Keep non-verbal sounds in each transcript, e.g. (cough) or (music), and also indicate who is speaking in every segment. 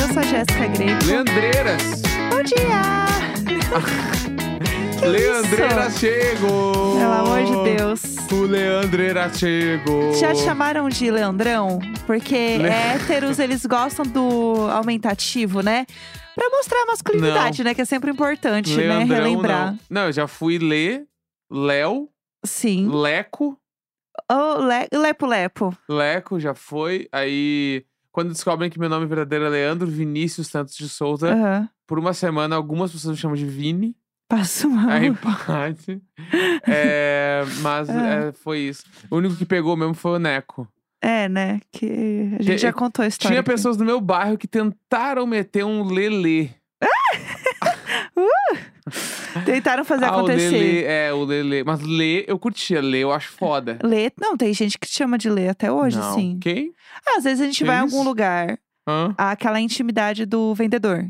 Speaker 1: É,
Speaker 2: é Jéssica Greco.
Speaker 1: Leandreiras.
Speaker 2: Bom
Speaker 1: (laughs)
Speaker 2: dia! Que
Speaker 1: Leandreira
Speaker 2: isso?
Speaker 1: chegou.
Speaker 2: Pelo amor
Speaker 1: Oh.
Speaker 2: de Deus.
Speaker 1: O Leandreira chegou.
Speaker 2: Já te chamaram de Leandrão? Porque é
Speaker 1: Le-
Speaker 2: héteros, eles gostam do aumentativo, né? Pra mostrar a masculinidade, né? Que é sempre importante,
Speaker 1: Leandrão,
Speaker 2: né? Relembrar.
Speaker 1: Não. não, eu já fui Lê, Léo,
Speaker 2: Sim.
Speaker 1: Leco.
Speaker 2: Ô, le- lepo-lepo.
Speaker 1: Leco já foi. Aí, quando descobrem que meu nome verdadeiro é Leandro Vinícius Santos de Souza,
Speaker 2: Aham.
Speaker 1: por uma semana algumas pessoas me chamam de Vini.
Speaker 2: Passa uma.
Speaker 1: (laughs) É empate. É, mas
Speaker 2: Ah.
Speaker 1: é, foi isso. O único que pegou mesmo foi o Neco.
Speaker 2: É, né? Que a gente
Speaker 1: Que-
Speaker 2: já contou a história.
Speaker 1: Tinha
Speaker 2: aqui.
Speaker 1: pessoas do meu bairro que tentaram meter um lelê.
Speaker 2: Tentaram fazer
Speaker 1: ah, o
Speaker 2: acontecer.
Speaker 1: lelê, é, o lelê. Mas lê, eu curtia, lê, eu acho foda.
Speaker 2: Lê. Não, tem gente que te chama de Lê até hoje,
Speaker 1: Não.
Speaker 2: sim.
Speaker 1: Quem?
Speaker 2: Ah, Às vezes a gente
Speaker 1: Que
Speaker 2: vai a algum
Speaker 1: isso?
Speaker 2: lugar,
Speaker 1: Hã?
Speaker 2: há aquela intimidade do vendedor,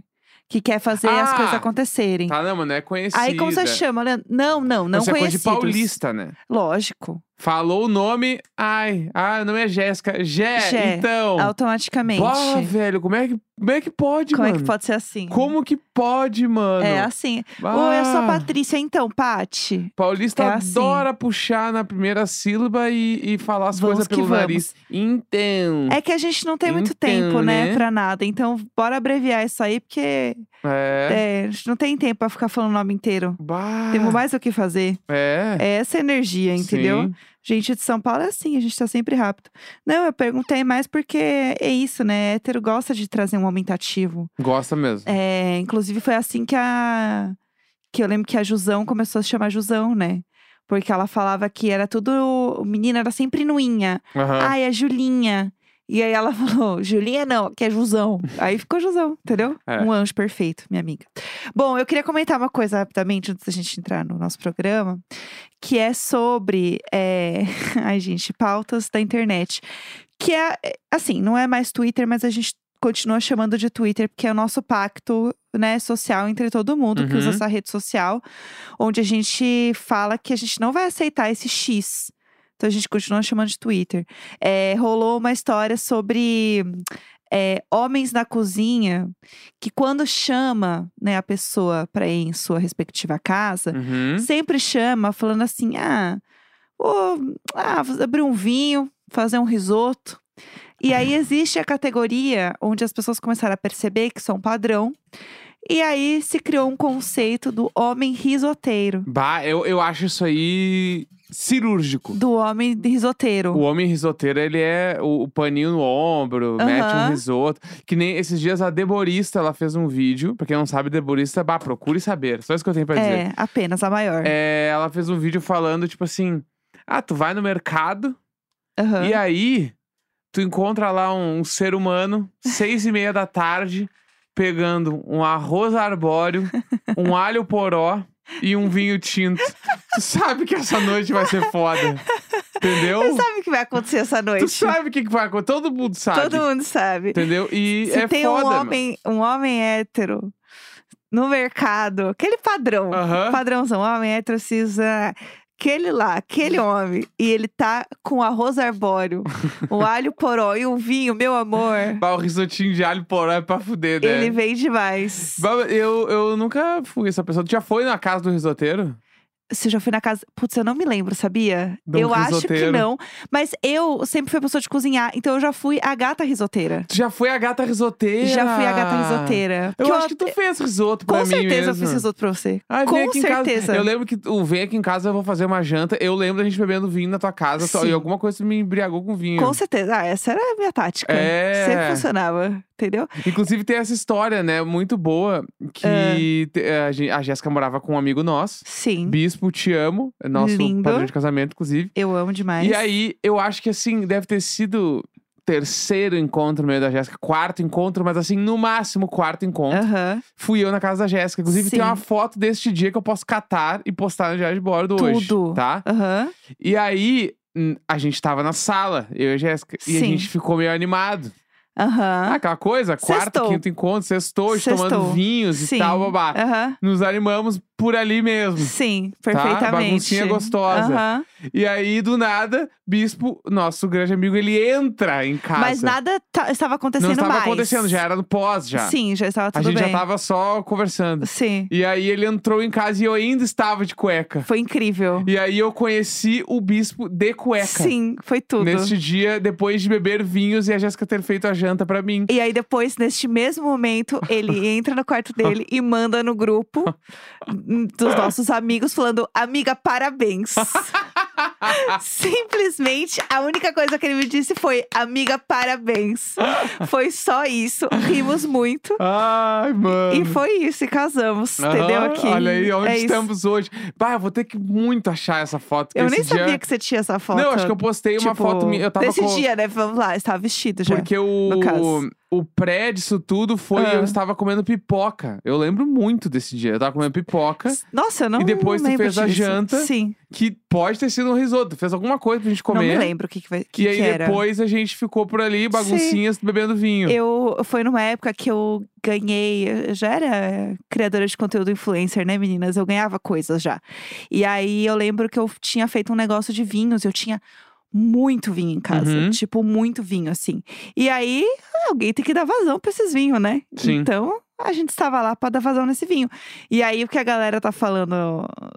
Speaker 2: que quer fazer as
Speaker 1: Ah!
Speaker 2: coisas acontecerem.
Speaker 1: Tá, não, mano, é conhecida.
Speaker 2: Aí como você chama, Leandro? Não, não, não
Speaker 1: Isso é coisa de
Speaker 2: conhecidos.
Speaker 1: paulista, né?
Speaker 2: Lógico,
Speaker 1: Falou o nome, ai, ah, o nome é Jéssica. Jé,
Speaker 2: Jé,
Speaker 1: então.
Speaker 2: automaticamente.
Speaker 1: Bah, velho, como é que, como é que pode,
Speaker 2: como é
Speaker 1: mano?
Speaker 2: que pode ser assim?
Speaker 1: Como que pode, mano? Ah.
Speaker 2: É assim. Oi, eu sou a
Speaker 1: Bah.
Speaker 2: Patrícia, então, Pati.
Speaker 1: Paulista
Speaker 2: É assim.
Speaker 1: adora puxar na primeira sílaba e, e falar as
Speaker 2: Vamos
Speaker 1: coisas
Speaker 2: que
Speaker 1: pelo
Speaker 2: vamos.
Speaker 1: nariz. Então.
Speaker 2: É que a gente não tem muito
Speaker 1: Então,
Speaker 2: tempo, né,
Speaker 1: né?
Speaker 2: pra nada. Então, bora abreviar isso aí, porque
Speaker 1: É. Ah.
Speaker 2: é, a gente não tem tempo pra ficar falando o nome inteiro.
Speaker 1: Bah.
Speaker 2: Temos mais o que fazer.
Speaker 1: É.
Speaker 2: É essa energia, entendeu?
Speaker 1: Sim.
Speaker 2: Gente de São Paulo é assim, a gente tá sempre rápido. Não, eu perguntei mais porque é isso, né? Hétero gosta de trazer um aumentativo.
Speaker 1: Gosta mesmo.
Speaker 2: É, inclusive, foi assim que a. Que eu lembro que a Jusão começou a se chamar Jusão, né? Porque ela falava que era tudo. Menina era sempre nuinha.
Speaker 1: Aham.
Speaker 2: É. Ai, a Julinha. E aí ela (laughs) falou, Julinha não, que é Jusão. Aí ficou Jusão, entendeu?
Speaker 1: É.
Speaker 2: Um anjo perfeito, minha amiga. Bom, eu queria comentar uma coisa rapidamente antes da gente entrar no nosso programa, que é sobre, é... (laughs) ai gente, pautas da internet. Que é, é, assim, não é mais Twitter, mas a gente continua chamando de Twitter, porque é o nosso pacto, né, social entre todo mundo que usa
Speaker 1: Uhum.
Speaker 2: essa rede social, onde a gente fala que a gente não vai aceitar esse X. Então a gente continua chamando de Twitter. É, rolou uma história sobre é, homens na cozinha que quando chama né, a pessoa para ir em sua respectiva casa,
Speaker 1: Uhum.
Speaker 2: sempre chama falando assim: ah, vou ah, vou abrir um vinho, fazer um risoto. E aí
Speaker 1: Uhum.
Speaker 2: existe a categoria onde as pessoas começaram a perceber que isso é um padrão. E aí se criou um conceito do homem risoteiro.
Speaker 1: Bah, eu, eu acho isso aí cirúrgico.
Speaker 2: Do homem risoteiro.
Speaker 1: O homem risoteiro, ele é o, o paninho no ombro,
Speaker 2: Aham.
Speaker 1: mete um risoto. Que nem esses dias a Deborista, ela fez um vídeo. Pra quem não sabe, Deborista, bah, procure saber. Só isso que eu tenho pra dizer.
Speaker 2: É, apenas a maior.
Speaker 1: É, ela fez um vídeo falando, tipo assim... Ah, tu vai no mercado
Speaker 2: Aham.
Speaker 1: e aí tu encontra lá um, ser humano, seis e meia da tarde, pegando um arroz arbóreo,
Speaker 2: (laughs)
Speaker 1: um alho poró e um vinho tinto. Tu sabe que essa noite vai ser foda. Entendeu?
Speaker 2: Você sabe o que vai acontecer essa noite?
Speaker 1: Então, Tu sabe o que, que vai acontecer. Todo mundo sabe.
Speaker 2: Todo mundo sabe.
Speaker 1: Entendeu? E
Speaker 2: Se
Speaker 1: é
Speaker 2: tem
Speaker 1: foda.
Speaker 2: um
Speaker 1: mano.
Speaker 2: homem, um homem hétero no mercado, aquele padrão,
Speaker 1: Aham.
Speaker 2: padrãozão, homem hétero se usa aquele lá, aquele homem, e ele tá com arroz
Speaker 1: (laughs)
Speaker 2: arbóreo, o alho poró e um vinho, meu amor,
Speaker 1: Bah, o risotinho de alho poró é pra fuder, né?
Speaker 2: ele vem demais.
Speaker 1: Bah, Eu, eu nunca fui essa pessoa. Tu já foi na casa do risoteiro?
Speaker 2: Se eu já fui na casa. Putz, eu não me lembro, sabia?
Speaker 1: De um
Speaker 2: eu acho que
Speaker 1: risoteiro.
Speaker 2: não. Mas eu sempre fui a pessoa de cozinhar, então eu já fui a gata risoteira.
Speaker 1: Tu já foi a gata risoteira?
Speaker 2: Já fui a gata risoteira.
Speaker 1: Eu
Speaker 2: Porque
Speaker 1: acho que tu fez risoto pra
Speaker 2: Com
Speaker 1: mim
Speaker 2: certeza eu
Speaker 1: mesmo.
Speaker 2: fiz risoto pra você.
Speaker 1: Ai, vem
Speaker 2: Com
Speaker 1: aqui em casa.
Speaker 2: certeza.
Speaker 1: Eu lembro que o vem aqui em casa, eu vou fazer uma janta. Eu lembro da gente bebendo vinho na tua casa. só-
Speaker 2: Sim.
Speaker 1: E alguma coisa me embriagou com vinho.
Speaker 2: Com certeza. Ah, essa era a minha tática.
Speaker 1: É.
Speaker 2: Sempre funcionava, entendeu?
Speaker 1: Inclusive tem essa história, né? Muito boa. Que te- a gen- a Jéssica morava com um amigo nosso.
Speaker 2: Ah. Sim.
Speaker 1: Bispo, te amo. É Nosso
Speaker 2: Lindo.
Speaker 1: padrão de casamento, inclusive.
Speaker 2: Eu amo demais.
Speaker 1: E aí, eu acho que assim, deve ter sido terceiro encontro meio da Jéssica, quarto encontro, mas assim, no máximo quarto encontro.
Speaker 2: Aham.
Speaker 1: Fui eu na casa da Jéssica. Inclusive, tem
Speaker 2: Sim.
Speaker 1: uma foto deste dia que eu posso catar e postar no diário de bordo hoje.
Speaker 2: Tudo.
Speaker 1: Tá?
Speaker 2: Aham.
Speaker 1: E aí, hum, a gente tava na sala, eu e a Jéssica. E a
Speaker 2: Sim.
Speaker 1: gente ficou meio animado. Ah,
Speaker 2: Aham.
Speaker 1: aquela coisa, quarto,
Speaker 2: Sextou.
Speaker 1: quinto encontro, sextou, a gente tomando
Speaker 2: Sextou.
Speaker 1: vinhos e
Speaker 2: Sim. É.
Speaker 1: tal, babá.
Speaker 2: Aham.
Speaker 1: Nos animamos, por ali mesmo.
Speaker 2: Sim,
Speaker 1: Tá? A
Speaker 2: perfeitamente.
Speaker 1: baguncinha gostosa.
Speaker 2: Aham.
Speaker 1: E aí, do nada, Bispo, nosso grande amigo, ele entra em casa.
Speaker 2: Mas nada ta- estava acontecendo
Speaker 1: Não estava
Speaker 2: mais.
Speaker 1: acontecendo, já era no pós já.
Speaker 2: Sim, já estava
Speaker 1: a
Speaker 2: tudo
Speaker 1: gente
Speaker 2: bem.
Speaker 1: já tava só conversando.
Speaker 2: Sim,
Speaker 1: E aí ele entrou em casa e eu ainda estava de cueca.
Speaker 2: foi incrível.
Speaker 1: E aí eu conheci o bispo de cueca.
Speaker 2: Sim, foi tudo.
Speaker 1: Neste dia, depois de beber vinhos e a Jéssica ter feito a janta pra mim.
Speaker 2: E aí depois, neste mesmo momento, ele
Speaker 1: (laughs)
Speaker 2: entra no quarto dele e manda no grupo dos nossos amigos falando: "Amiga,
Speaker 1: (laughs)
Speaker 2: parabéns". Simplesmente a única coisa que ele me disse foi: "Amiga, parabéns". Foi só isso. Rimos muito.
Speaker 1: Ai, mano.
Speaker 2: E foi isso, e casamos,
Speaker 1: Aham,
Speaker 2: entendeu? Aqui.
Speaker 1: Olha aí, onde
Speaker 2: é isso.
Speaker 1: estamos hoje. Bah, eu vou ter que muito achar essa foto. que
Speaker 2: Eu
Speaker 1: esse
Speaker 2: nem
Speaker 1: dia...
Speaker 2: sabia que você tinha essa foto.
Speaker 1: Não, acho que eu postei uma
Speaker 2: tipo,
Speaker 1: foto minha. Eu tava
Speaker 2: Desse
Speaker 1: com...
Speaker 2: dia, né? Vamos lá, estava vestido já.
Speaker 1: Porque o,
Speaker 2: no caso.
Speaker 1: o pré disso tudo foi
Speaker 2: Ah.
Speaker 1: eu estava comendo pipoca. Eu lembro muito desse dia. Eu tava comendo pipoca,
Speaker 2: Nossa, eu não
Speaker 1: E depois tu
Speaker 2: lembro
Speaker 1: fez a
Speaker 2: disso.
Speaker 1: janta.
Speaker 2: Sim,
Speaker 1: que pode ter sido um risoto. Fez alguma coisa pra gente
Speaker 2: não me
Speaker 1: comer.
Speaker 2: lembro o que, que, vai- que,
Speaker 1: e
Speaker 2: que
Speaker 1: aí
Speaker 2: era.
Speaker 1: depois a gente ficou por ali, baguncinhas, bebendo vinho.
Speaker 2: Eu foi numa época que eu ganhei, eu já era criadora de conteúdo influencer, né, meninas? Eu ganhava coisas já. E aí eu lembro que eu tinha feito um negócio de vinhos, eu tinha muito vinho em casa,
Speaker 1: Uhum.
Speaker 2: tipo muito vinho assim. E aí alguém tem que dar vazão pra esses vinhos, né?
Speaker 1: Sim.
Speaker 2: Então a gente estava lá pra dar vazão nesse vinho. E aí o que a galera tá falando,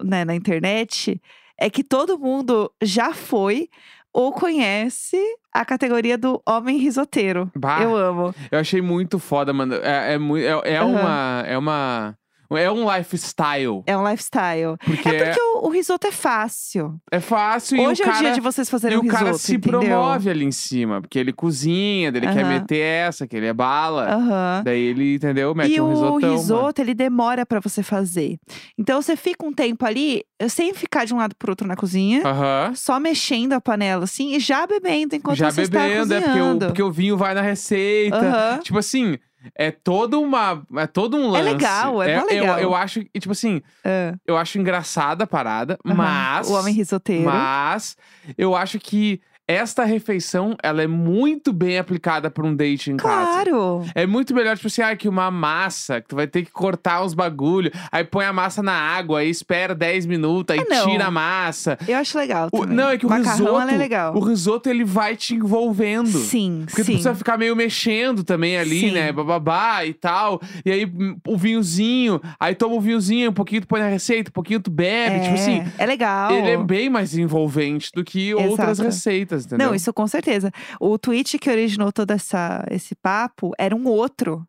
Speaker 2: né, na internet é que todo mundo já foi ou conhece a categoria do homem risoteiro.
Speaker 1: Bah,
Speaker 2: Eu
Speaker 1: eu...
Speaker 2: amo.
Speaker 1: achei muito foda, mano. É, é, mui- é, é
Speaker 2: Aham.
Speaker 1: uma. É uma. É um lifestyle.
Speaker 2: É um lifestyle.
Speaker 1: Porque
Speaker 2: é
Speaker 1: é,
Speaker 2: porque o, o risoto é fácil.
Speaker 1: é fácil
Speaker 2: Hoje
Speaker 1: e o
Speaker 2: é o
Speaker 1: cara.
Speaker 2: dia de vocês
Speaker 1: E
Speaker 2: fazerem
Speaker 1: o
Speaker 2: um risoto,
Speaker 1: cara se
Speaker 2: entendeu?
Speaker 1: promove ali em cima, porque ele cozinha, daí ele quer
Speaker 2: Aham.
Speaker 1: meter essa, que ele é bala.
Speaker 2: Aham.
Speaker 1: Daí ele, entendeu? Mete
Speaker 2: E
Speaker 1: um
Speaker 2: o
Speaker 1: risotão. mano.
Speaker 2: risoto, ele demora pra você fazer. Então você fica um tempo ali, sem ficar de um lado pro outro na cozinha,
Speaker 1: Aham.
Speaker 2: só mexendo a panela assim e já bebendo enquanto
Speaker 1: Ah. Já
Speaker 2: você
Speaker 1: bebendo,
Speaker 2: está
Speaker 1: é porque o,
Speaker 2: cozinhando.
Speaker 1: porque o vinho vai na receita.
Speaker 2: Aham.
Speaker 1: Tipo assim, é toda uma. É todo um
Speaker 2: É
Speaker 1: lance.
Speaker 2: legal, é mó legal.
Speaker 1: Eu, eu acho, que, tipo assim,
Speaker 2: É.
Speaker 1: eu acho engraçada a parada,
Speaker 2: Aham.
Speaker 1: mas.
Speaker 2: O homem risoteiro.
Speaker 1: Mas eu acho que esta refeição, ela é muito bem aplicada pra um date em casa.
Speaker 2: Claro!
Speaker 1: É muito melhor, tipo assim, ah, que uma massa, que tu vai ter que cortar uns bagulho, aí põe a massa na água, aí espera 10 minutos, aí
Speaker 2: Ah, não.
Speaker 1: tira a massa.
Speaker 2: Eu acho legal
Speaker 1: O-
Speaker 2: também.
Speaker 1: não, é que o
Speaker 2: Macarrão,
Speaker 1: risoto,
Speaker 2: ela é legal.
Speaker 1: o risoto, ele vai te envolvendo.
Speaker 2: Sim,
Speaker 1: Porque tu
Speaker 2: sim.
Speaker 1: precisa ficar meio mexendo também ali,
Speaker 2: Sim.
Speaker 1: né? Bababá e tal. E aí, hum, o vinhozinho. Aí toma o vinhozinho, um pouquinho tu põe na receita, um pouquinho tu bebe. Tipo assim,
Speaker 2: é legal.
Speaker 1: ele é bem mais envolvente do que outras
Speaker 2: Exato.
Speaker 1: receitas, entendeu?
Speaker 2: Não, isso com certeza. O tweet que originou todo essa, esse papo era um outro.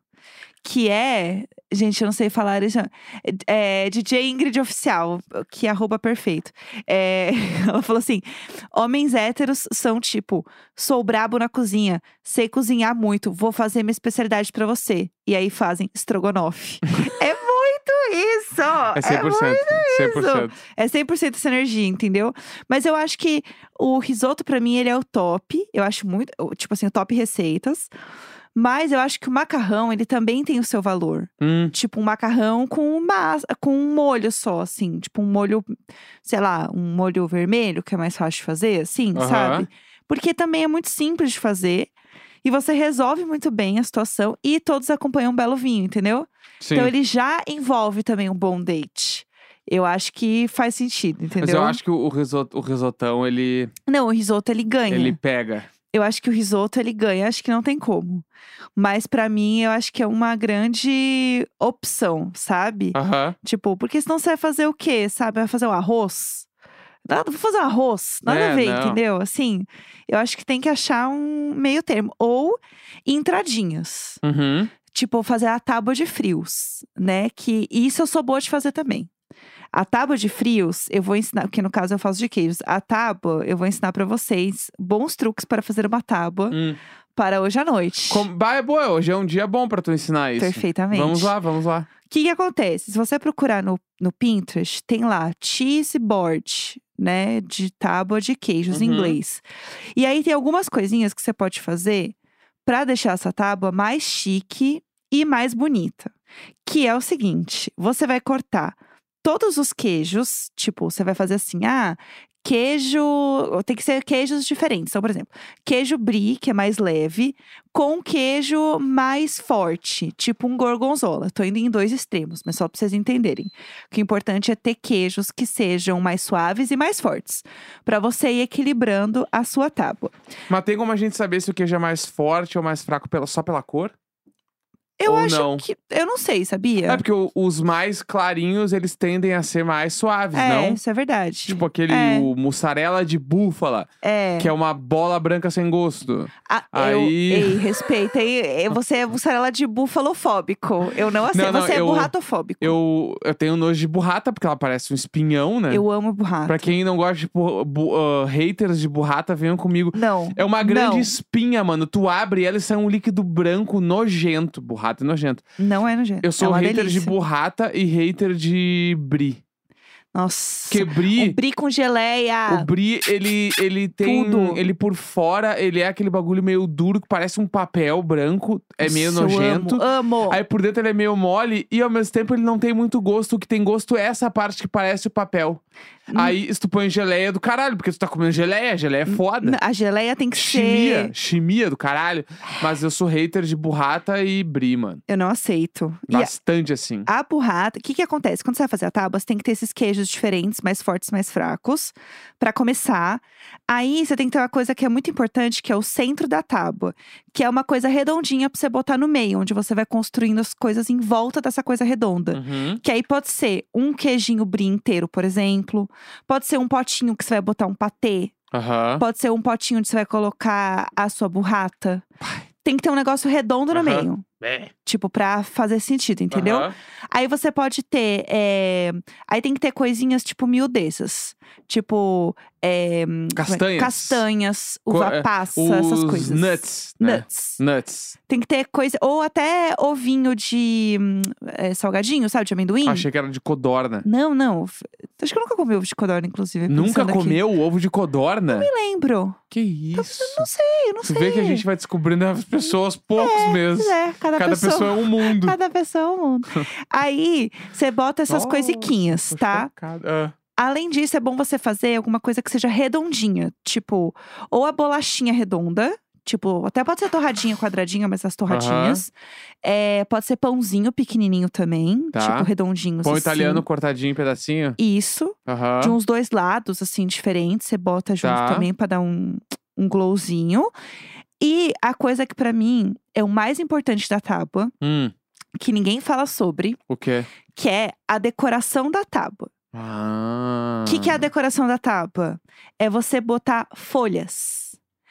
Speaker 2: Que é, gente, eu não sei falar isso. É, DJ Ingrid Oficial, que é arroba perfeito. É, (laughs) ela falou assim: homens héteros são tipo, sou brabo na cozinha, sei cozinhar muito, vou fazer minha especialidade pra você. E aí fazem estrogonofe. (laughs) é muito isso!
Speaker 1: É 100%. 100%.
Speaker 2: É 100% essa energia, entendeu? Mas eu acho que o risoto, pra mim, ele é o top. Eu acho muito. o- Tipo assim, o top receitas. Mas eu acho que o macarrão, ele também tem o seu valor.
Speaker 1: Hum,
Speaker 2: Tipo, um macarrão com, massa, com um molho só, assim. Tipo, um molho, sei lá, um molho vermelho, que é mais fácil de fazer, assim,
Speaker 1: Aham.
Speaker 2: sabe? Porque também é muito simples de fazer. E você resolve muito bem a situação. E todos acompanham um belo vinho, entendeu?
Speaker 1: sim.
Speaker 2: Então ele já envolve também um bom date. Eu acho que faz sentido, entendeu?
Speaker 1: Mas eu acho que o, risoto, o risotão, ele,
Speaker 2: Não, o risoto ele ganha.
Speaker 1: ele pega.
Speaker 2: Eu acho que o risoto ele ganha, acho que não tem como. Mas pra mim eu acho que é uma grande opção, sabe?
Speaker 1: Aham.
Speaker 2: Tipo, porque senão você vai fazer o quê, sabe? Vai fazer um arroz? Nada, vou fazer um arroz, nada
Speaker 1: É,
Speaker 2: a ver,
Speaker 1: não.
Speaker 2: entendeu? Assim, eu acho que tem que achar um meio termo. Ou entradinhas.
Speaker 1: Uhum.
Speaker 2: tipo, fazer a tábua de frios, né? Que e isso eu sou boa de fazer também. A tábua de frios, eu vou ensinar, porque no caso eu faço de queijos. A tábua, eu vou ensinar pra vocês bons truques para fazer uma tábua
Speaker 1: Hum.
Speaker 2: para hoje à noite.
Speaker 1: Como- bah, é boa, hoje é um dia bom pra tu ensinar isso.
Speaker 2: Perfeitamente.
Speaker 1: Vamos lá, vamos lá.
Speaker 2: O que, que acontece? Se você procurar no, no Pinterest, tem lá cheese board, né? De tábua de queijos em
Speaker 1: Uhum.
Speaker 2: inglês. E aí tem algumas coisinhas que você pode fazer pra deixar essa tábua mais chique e mais bonita. Que é o seguinte: você vai cortar todos os queijos, tipo, você vai fazer assim, ah. queijo. Tem que ser queijos diferentes. Então, por exemplo, queijo brie, que é mais leve, com queijo mais forte, tipo um gorgonzola. Tô indo em dois extremos, mas só pra vocês entenderem. O que é importante é ter queijos que sejam mais suaves e mais fortes, Pra você ir equilibrando a sua tábua.
Speaker 1: Mas tem como a gente saber se o queijo é mais forte ou mais fraco pela- só pela cor?
Speaker 2: Eu
Speaker 1: Ou
Speaker 2: acho
Speaker 1: não.
Speaker 2: que. Eu não sei, sabia?
Speaker 1: É porque o- os mais clarinhos, eles tendem a ser mais suaves, não?
Speaker 2: isso é verdade.
Speaker 1: Tipo aquele
Speaker 2: É.
Speaker 1: o mussarela de búfala,
Speaker 2: é.
Speaker 1: que é uma bola branca sem gosto.
Speaker 2: Ah, eu,
Speaker 1: Aí-
Speaker 2: ei, respeita. Ei, você é mussarela de búfalofóbico. Eu não aceito.
Speaker 1: Não, não,
Speaker 2: você
Speaker 1: eu-
Speaker 2: é burratofóbico.
Speaker 1: Eu, eu tenho nojo de burrata, porque ela parece um espinhão, né?
Speaker 2: Eu amo burrato.
Speaker 1: Pra quem não gosta de bu- bu- ah, haters de burrata, venham comigo.
Speaker 2: Não.
Speaker 1: É uma grande
Speaker 2: Não.
Speaker 1: espinha, mano. Tu abre ela e sai um líquido branco nojento. Burrata é nojento.
Speaker 2: Não é nojento.
Speaker 1: Eu sou
Speaker 2: é uma
Speaker 1: hater
Speaker 2: delícia.
Speaker 1: de burrata e hater de brie.
Speaker 2: Nossa.
Speaker 1: Porque brie...
Speaker 2: O brie com geleia.
Speaker 1: O Brie, ele, ele tem.
Speaker 2: Tudo.
Speaker 1: Ele por fora, ele é aquele bagulho meio duro que parece um papel branco. É meio
Speaker 2: Nossa, eu
Speaker 1: nojento.
Speaker 2: Amo. amo.
Speaker 1: Aí por dentro ele é meio mole e ao mesmo tempo ele não tem muito gosto. O que tem gosto é essa parte que parece o papel.
Speaker 2: Hum.
Speaker 1: Aí se tu põe geleia do caralho, porque tu tá comendo geleia, geleia é foda.
Speaker 2: A geleia tem que
Speaker 1: Chimia,
Speaker 2: ser.
Speaker 1: chimia do caralho. Mas eu sou hater de burrata e brie, mano.
Speaker 2: Eu não aceito. E a-
Speaker 1: Bastante assim.
Speaker 2: a burrata, o que que acontece? Quando você vai fazer a tábua, você tem que ter esses queijos diferentes, mais fortes, mais fracos, pra começar. Aí você tem que ter uma coisa que é muito importante, que é o centro da tábua, que é uma coisa redondinha pra você botar no meio, onde você vai construindo as coisas em volta dessa coisa redonda.
Speaker 1: Uhum.
Speaker 2: Que aí pode ser um queijinho brie inteiro, por exemplo. Pode ser um potinho que você vai botar um patê.
Speaker 1: Aham.
Speaker 2: Pode ser um potinho onde você vai colocar a sua burrata. Tem que ter um negócio redondo no
Speaker 1: Aham.
Speaker 2: meio.
Speaker 1: É.
Speaker 2: Tipo, pra fazer sentido, entendeu?
Speaker 1: Aham.
Speaker 2: Aí você pode ter. é, Aí tem que ter coisinhas tipo miudezas. Tipo. é, hum, como é?
Speaker 1: Castanhas.
Speaker 2: Castanhas,
Speaker 1: Co-
Speaker 2: uva
Speaker 1: é,
Speaker 2: passa,
Speaker 1: Os
Speaker 2: essas coisas.
Speaker 1: nuts. né?
Speaker 2: Nuts.
Speaker 1: Nuts.
Speaker 2: Tem que ter coisa. Ou até ovinho de hum, é, salgadinho, sabe? De amendoim.
Speaker 1: Ah, Achei que era de codorna.
Speaker 2: Não, não. F- Acho que eu nunca comi ovo de codorna, inclusive.
Speaker 1: Nunca
Speaker 2: Né, pensando aqui.
Speaker 1: comeu o ovo de codorna?
Speaker 2: Eu lembro.
Speaker 1: Que isso?
Speaker 2: Ei, eu não
Speaker 1: Tu
Speaker 2: sei.
Speaker 1: vê que a gente vai descobrindo as pessoas aos poucos mesmo.
Speaker 2: Pois é, cada,
Speaker 1: Cada pessoa... é um mundo.
Speaker 2: Cada pessoa é um mundo. Aí, você bota essas
Speaker 1: Nossa,
Speaker 2: coisiquinhas,
Speaker 1: Tô
Speaker 2: tá?
Speaker 1: chocado. Ah,
Speaker 2: Além disso, é bom você fazer alguma coisa que seja redondinha, tipo, ou a bolachinha redonda, tipo, até pode ser torradinha quadradinha, mas as torradinhas. É, pode ser pãozinho pequenininho também,
Speaker 1: Tá.
Speaker 2: tipo, redondinhos.
Speaker 1: Pão
Speaker 2: assim.
Speaker 1: italiano cortadinho em pedacinho?
Speaker 2: Isso,
Speaker 1: Aham.
Speaker 2: de uns dois lados, assim, diferentes, você bota junto
Speaker 1: Tá.
Speaker 2: também pra dar um, um glowzinho. E a coisa que pra mim é o mais importante da tábua,
Speaker 1: Hum,
Speaker 2: que ninguém fala sobre,
Speaker 1: o quê?
Speaker 2: que é a decoração da tábua.
Speaker 1: Ah.
Speaker 2: O que, que é a decoração da tábua? É você botar folhas.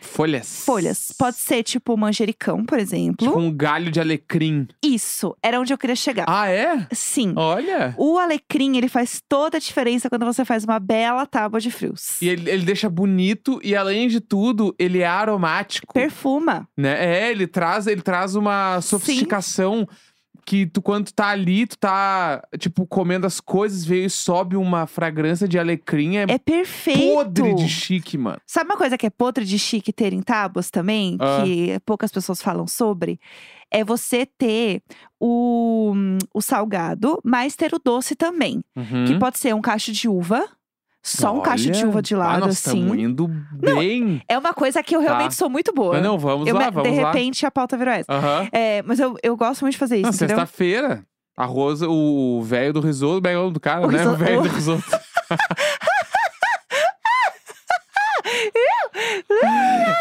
Speaker 1: Folhas.
Speaker 2: Folhas. Pode ser tipo manjericão, por exemplo.
Speaker 1: Tipo um galho de alecrim.
Speaker 2: Isso, era onde eu queria chegar.
Speaker 1: Ah, é?
Speaker 2: Sim.
Speaker 1: Olha.
Speaker 2: O alecrim, ele faz toda a diferença quando você faz uma bela tábua de frios.
Speaker 1: E é ele, ele deixa bonito e, além de tudo, ele é aromático.
Speaker 2: Perfuma.
Speaker 1: né? É, ele traz, ele traz uma
Speaker 2: Sim.
Speaker 1: sofisticação que tu quando tu tá ali, tu tá tipo comendo as coisas, veio e sobe uma fragrância de alecrim, é,
Speaker 2: É perfeito.
Speaker 1: podre de chique, mano.
Speaker 2: Sabe uma coisa que é podre de chique ter em tábuas também?
Speaker 1: Ah.
Speaker 2: Que poucas pessoas falam sobre? É você ter o, hum, o salgado, mas ter o doce também.
Speaker 1: Uhum.
Speaker 2: Que pode ser um cacho de uva. Só um cacho de
Speaker 1: Olha.
Speaker 2: uva de lado,
Speaker 1: ah, nós
Speaker 2: assim.
Speaker 1: estamos indo bem.
Speaker 2: É uma coisa que eu realmente
Speaker 1: Tá.
Speaker 2: sou muito boa.
Speaker 1: Mas não, vamos
Speaker 2: Eu
Speaker 1: lá,
Speaker 2: me-
Speaker 1: vamos
Speaker 2: de
Speaker 1: lá.
Speaker 2: repente a pauta virou essa.
Speaker 1: Aham.
Speaker 2: É, mas eu, eu gosto muito de fazer isso,
Speaker 1: Na
Speaker 2: entendeu?
Speaker 1: sexta-feira, a Rosa, o velho do risoto, o velho do cara,
Speaker 2: O
Speaker 1: né? O
Speaker 2: risoto-
Speaker 1: velho
Speaker 2: o-
Speaker 1: do
Speaker 2: (laughs)
Speaker 1: risoto.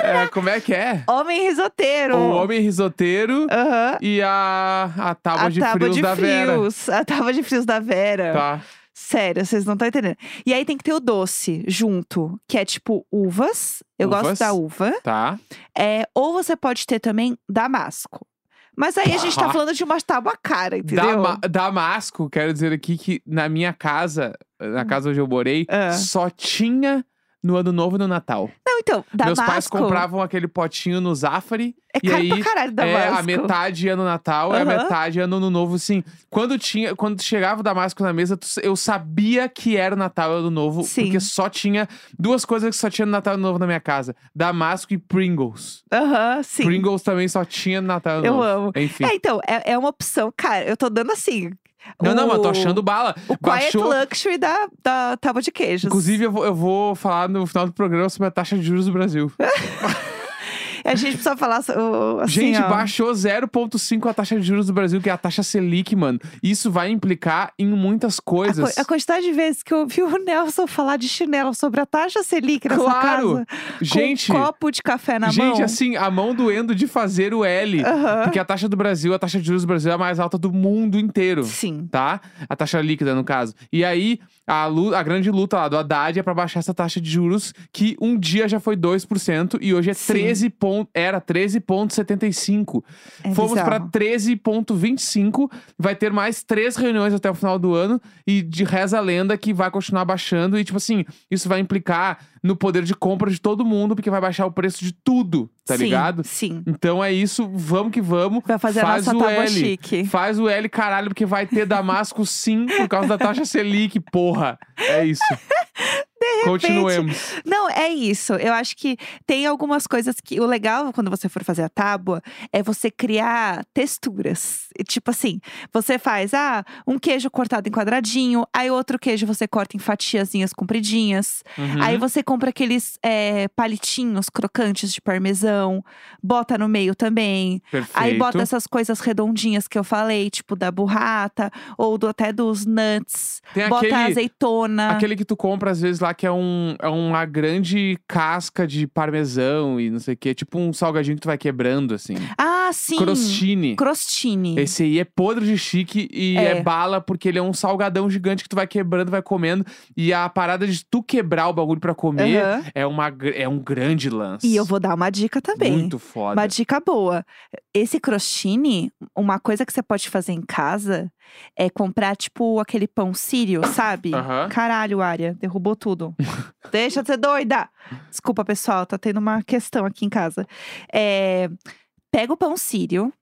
Speaker 1: é, como é que é?
Speaker 2: Homem risoteiro.
Speaker 1: O homem risoteiro
Speaker 2: Aham.
Speaker 1: e a, a tábua
Speaker 2: A
Speaker 1: de
Speaker 2: tábua
Speaker 1: frios
Speaker 2: de
Speaker 1: da Vera.
Speaker 2: frios. A tábua de frios da Vera.
Speaker 1: Tá.
Speaker 2: Sério, vocês não estão entendendo. E aí tem que ter o doce junto, que é tipo uvas. Eu
Speaker 1: Uvas.
Speaker 2: gosto da uva.
Speaker 1: Tá.
Speaker 2: É, ou você pode ter também damasco. Mas aí a gente tá
Speaker 1: (laughs) Pá.
Speaker 2: falando de uma tábua cara, entendeu?
Speaker 1: Dama Damasco, quero dizer aqui que na minha casa, na casa onde eu morei,
Speaker 2: Hum. Ah.
Speaker 1: só tinha no Ano Novo e no Natal.
Speaker 2: Não, então,
Speaker 1: Meus
Speaker 2: damasco.
Speaker 1: pais compravam aquele potinho no Zafari.
Speaker 2: É
Speaker 1: e
Speaker 2: caro
Speaker 1: aí,
Speaker 2: pra caralho
Speaker 1: É,
Speaker 2: damasco.
Speaker 1: a metade ano Natal, é a
Speaker 2: Aham.
Speaker 1: metade ano Ano Novo, sim. Quando tinha, quando chegava o Damasco na mesa, tu- eu sabia que era o Natal e Ano Novo,
Speaker 2: Sim.
Speaker 1: porque só tinha duas coisas que só tinha no Natal e Ano Novo na minha casa: Damasco e Pringles.
Speaker 2: Aham, sim.
Speaker 1: Pringles também só tinha no Natal e Ano
Speaker 2: Eu
Speaker 1: Novo.
Speaker 2: amo.
Speaker 1: Enfim.
Speaker 2: É, então, é, é uma opção, cara, eu tô dando assim.
Speaker 1: Não, não, mas eu tô
Speaker 2: O-
Speaker 1: achando bala.
Speaker 2: O quiet
Speaker 1: Baixou.
Speaker 2: luxury da, da tábua de queijos.
Speaker 1: Inclusive, eu vou, eu vou falar no final do programa sobre a taxa de juros do Brasil.
Speaker 2: A gente precisa falar so- o- o- É assim,
Speaker 1: Gente,
Speaker 2: ó.
Speaker 1: baixou 0,5 a taxa de juros do Brasil, que é a taxa Selic, mano. Isso vai implicar em muitas
Speaker 2: A,
Speaker 1: coisas.
Speaker 2: co- a quantidade de vezes que eu ouvi o Nelson falar de chinelo sobre a taxa Selic nessa casa.
Speaker 1: Claro. gente,
Speaker 2: Com um copo de café na
Speaker 1: gente,
Speaker 2: mão.
Speaker 1: assim, a mão doendo de fazer o L.
Speaker 2: Aham.
Speaker 1: Porque a taxa do Brasil, a taxa de juros do Brasil é a mais alta do mundo inteiro.
Speaker 2: Sim.
Speaker 1: Tá? A taxa líquida, no caso. E aí, a, lu- a grande luta lá do Haddad é pra baixar essa taxa de juros, que um dia já foi 2% e hoje é
Speaker 2: Sim.
Speaker 1: 13 pon- era 13,75%.
Speaker 2: É
Speaker 1: Fomos pra
Speaker 2: bizarro.
Speaker 1: 13,25. Vai ter mais três reuniões até o final do ano. E de reza a lenda que vai continuar baixando. E, tipo assim, isso vai implicar no poder de compra de todo mundo, porque vai baixar o preço de tudo, tá
Speaker 2: Sim,
Speaker 1: ligado?
Speaker 2: Sim.
Speaker 1: Então é isso, vamos que vamos.
Speaker 2: Vai fazer
Speaker 1: Faz
Speaker 2: a
Speaker 1: o
Speaker 2: nossa tábua
Speaker 1: L.
Speaker 2: chique.
Speaker 1: Faz o L, caralho, porque vai ter Damasco sim por causa da taxa Selic, porra.
Speaker 2: (laughs)
Speaker 1: É isso. Continuemos.
Speaker 2: Não, é isso. Eu acho que tem algumas coisas que. O legal quando você for fazer a tábua é você criar texturas. E, Tipo assim, você faz ah, um queijo cortado em quadradinho, aí outro queijo você corta em fatiazinhas compridinhas.
Speaker 1: Uhum.
Speaker 2: Aí você compra aqueles é, palitinhos crocantes de parmesão, bota no meio também.
Speaker 1: Perfeito.
Speaker 2: Aí bota essas coisas redondinhas que eu falei, tipo da burrata, ou do, até dos nuts.
Speaker 1: Tem
Speaker 2: bota
Speaker 1: aquele,
Speaker 2: azeitona.
Speaker 1: aquele que tu compra às vezes lá que é, um, é uma grande casca de parmesão e não sei o quê. Tipo um salgadinho que tu vai quebrando, assim.
Speaker 2: Ah, sim!
Speaker 1: Crostini.
Speaker 2: Crostini.
Speaker 1: Esse aí é podre de chique e é.
Speaker 2: É.
Speaker 1: bala, porque ele é um salgadão gigante que tu vai quebrando, vai comendo. E a parada de tu quebrar o bagulho pra comer
Speaker 2: Aham.
Speaker 1: é, uma, gr- é um grande lance.
Speaker 2: E eu vou dar uma dica também.
Speaker 1: Muito foda.
Speaker 2: Uma dica boa. Esse crostini, uma coisa que você pode fazer em casa é comprar, tipo, aquele pão sírio, sabe?
Speaker 1: Aham.
Speaker 2: Caralho, Aria, derrubou
Speaker 1: (laughs)
Speaker 2: tudo. Deixa de ser doida! Desculpa, pessoal, tá tendo uma questão aqui em casa. É, pega o pão sírio,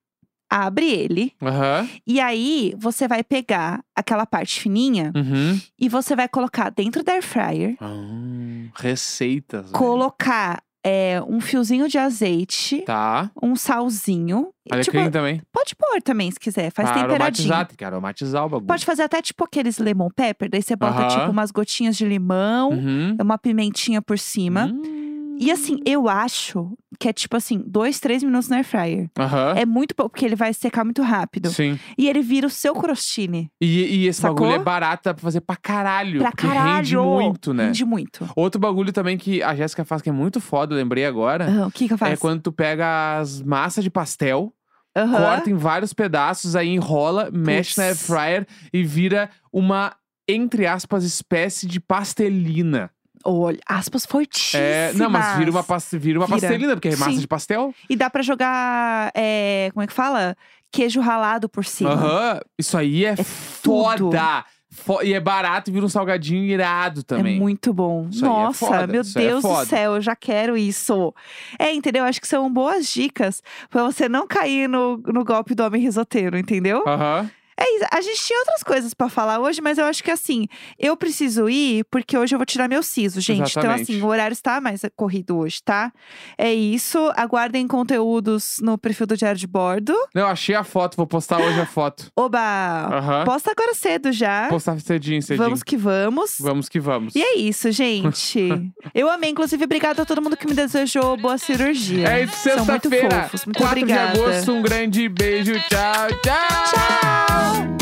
Speaker 2: abre ele,
Speaker 1: Aham.
Speaker 2: e aí você vai pegar aquela parte fininha
Speaker 1: Uhum.
Speaker 2: e você vai colocar dentro da air fryer,
Speaker 1: Ah, receitas. velho.
Speaker 2: colocar é, um fiozinho de azeite,
Speaker 1: Tá.
Speaker 2: um salzinho. e, tipo,
Speaker 1: Alecrim também.
Speaker 2: Pode pôr também, se quiser. Faz
Speaker 1: pra
Speaker 2: temperadinho.
Speaker 1: aromatizar, tem que aromatizar o bagulho.
Speaker 2: Pode fazer até tipo aqueles lemon pepper. Daí você bota
Speaker 1: Aham.
Speaker 2: tipo umas gotinhas de limão,
Speaker 1: Uhum.
Speaker 2: uma pimentinha por um cima.
Speaker 1: Hum.
Speaker 2: E assim, eu acho que é tipo assim, dois, três minutos no air fryer.
Speaker 1: Aham.
Speaker 2: É muito pouco, porque ele vai secar muito rápido.
Speaker 1: Sim.
Speaker 2: E ele vira o seu crostini.
Speaker 1: E, e esse bagulho é
Speaker 2: Sacou?
Speaker 1: barato, dá pra fazer pra caralho.
Speaker 2: Pra
Speaker 1: porque Rende
Speaker 2: caralho!
Speaker 1: muito, né?
Speaker 2: Rende muito.
Speaker 1: Outro bagulho também que a Jéssica faz, que é muito foda, eu lembrei agora.
Speaker 2: Ah, o que que eu faço?
Speaker 1: É quando tu pega as massas de pastel,
Speaker 2: Aham.
Speaker 1: corta em vários pedaços, aí enrola, mexe na air
Speaker 2: Putz.
Speaker 1: fryer e vira uma, entre aspas, espécie de pastelina.
Speaker 2: Olha, aspas fortíssimas.
Speaker 1: É, não, mas vira uma, pas- vira uma
Speaker 2: Vira.
Speaker 1: pastelina, porque é massa
Speaker 2: Sim.
Speaker 1: de pastel.
Speaker 2: E dá pra jogar, é, como é que fala? Queijo ralado por cima.
Speaker 1: Aham, isso aí é,
Speaker 2: tudo.
Speaker 1: foda. Fo- e é barato e vira um salgadinho irado também.
Speaker 2: É muito bom.
Speaker 1: Isso aí é
Speaker 2: Nossa,
Speaker 1: foda,
Speaker 2: meu
Speaker 1: isso aí é
Speaker 2: Deus
Speaker 1: foda.
Speaker 2: do céu, eu já quero isso. É, entendeu? Acho que são boas dicas pra você não cair no, no golpe do homem risoteiro, entendeu?
Speaker 1: Aham.
Speaker 2: É isso. A gente tinha outras coisas pra falar hoje, mas eu acho que assim, eu preciso ir porque hoje eu vou tirar meu siso, gente.
Speaker 1: Exatamente.
Speaker 2: Então, assim, o horário está mais corrido hoje, tá? É isso. Aguardem conteúdos no perfil do Diário de Bordo.
Speaker 1: Não, achei a foto, vou postar hoje a foto.
Speaker 2: Oba!
Speaker 1: Aham.
Speaker 2: Posta agora cedo já.
Speaker 1: Postar cedinho, cedinho.
Speaker 2: Ah, Vamos que vamos.
Speaker 1: Vamos que vamos.
Speaker 2: E é isso,
Speaker 1: (laughs)
Speaker 2: gente. Eu amei, inclusive, obrigada a todo mundo que me desejou boa cirurgia.
Speaker 1: É isso,
Speaker 2: São muito
Speaker 1: sexta-feira,
Speaker 2: fofos. Muito
Speaker 1: 4 de
Speaker 2: obrigada.
Speaker 1: agosto. Um grande beijo. Tchau, tchau.
Speaker 2: Tchau!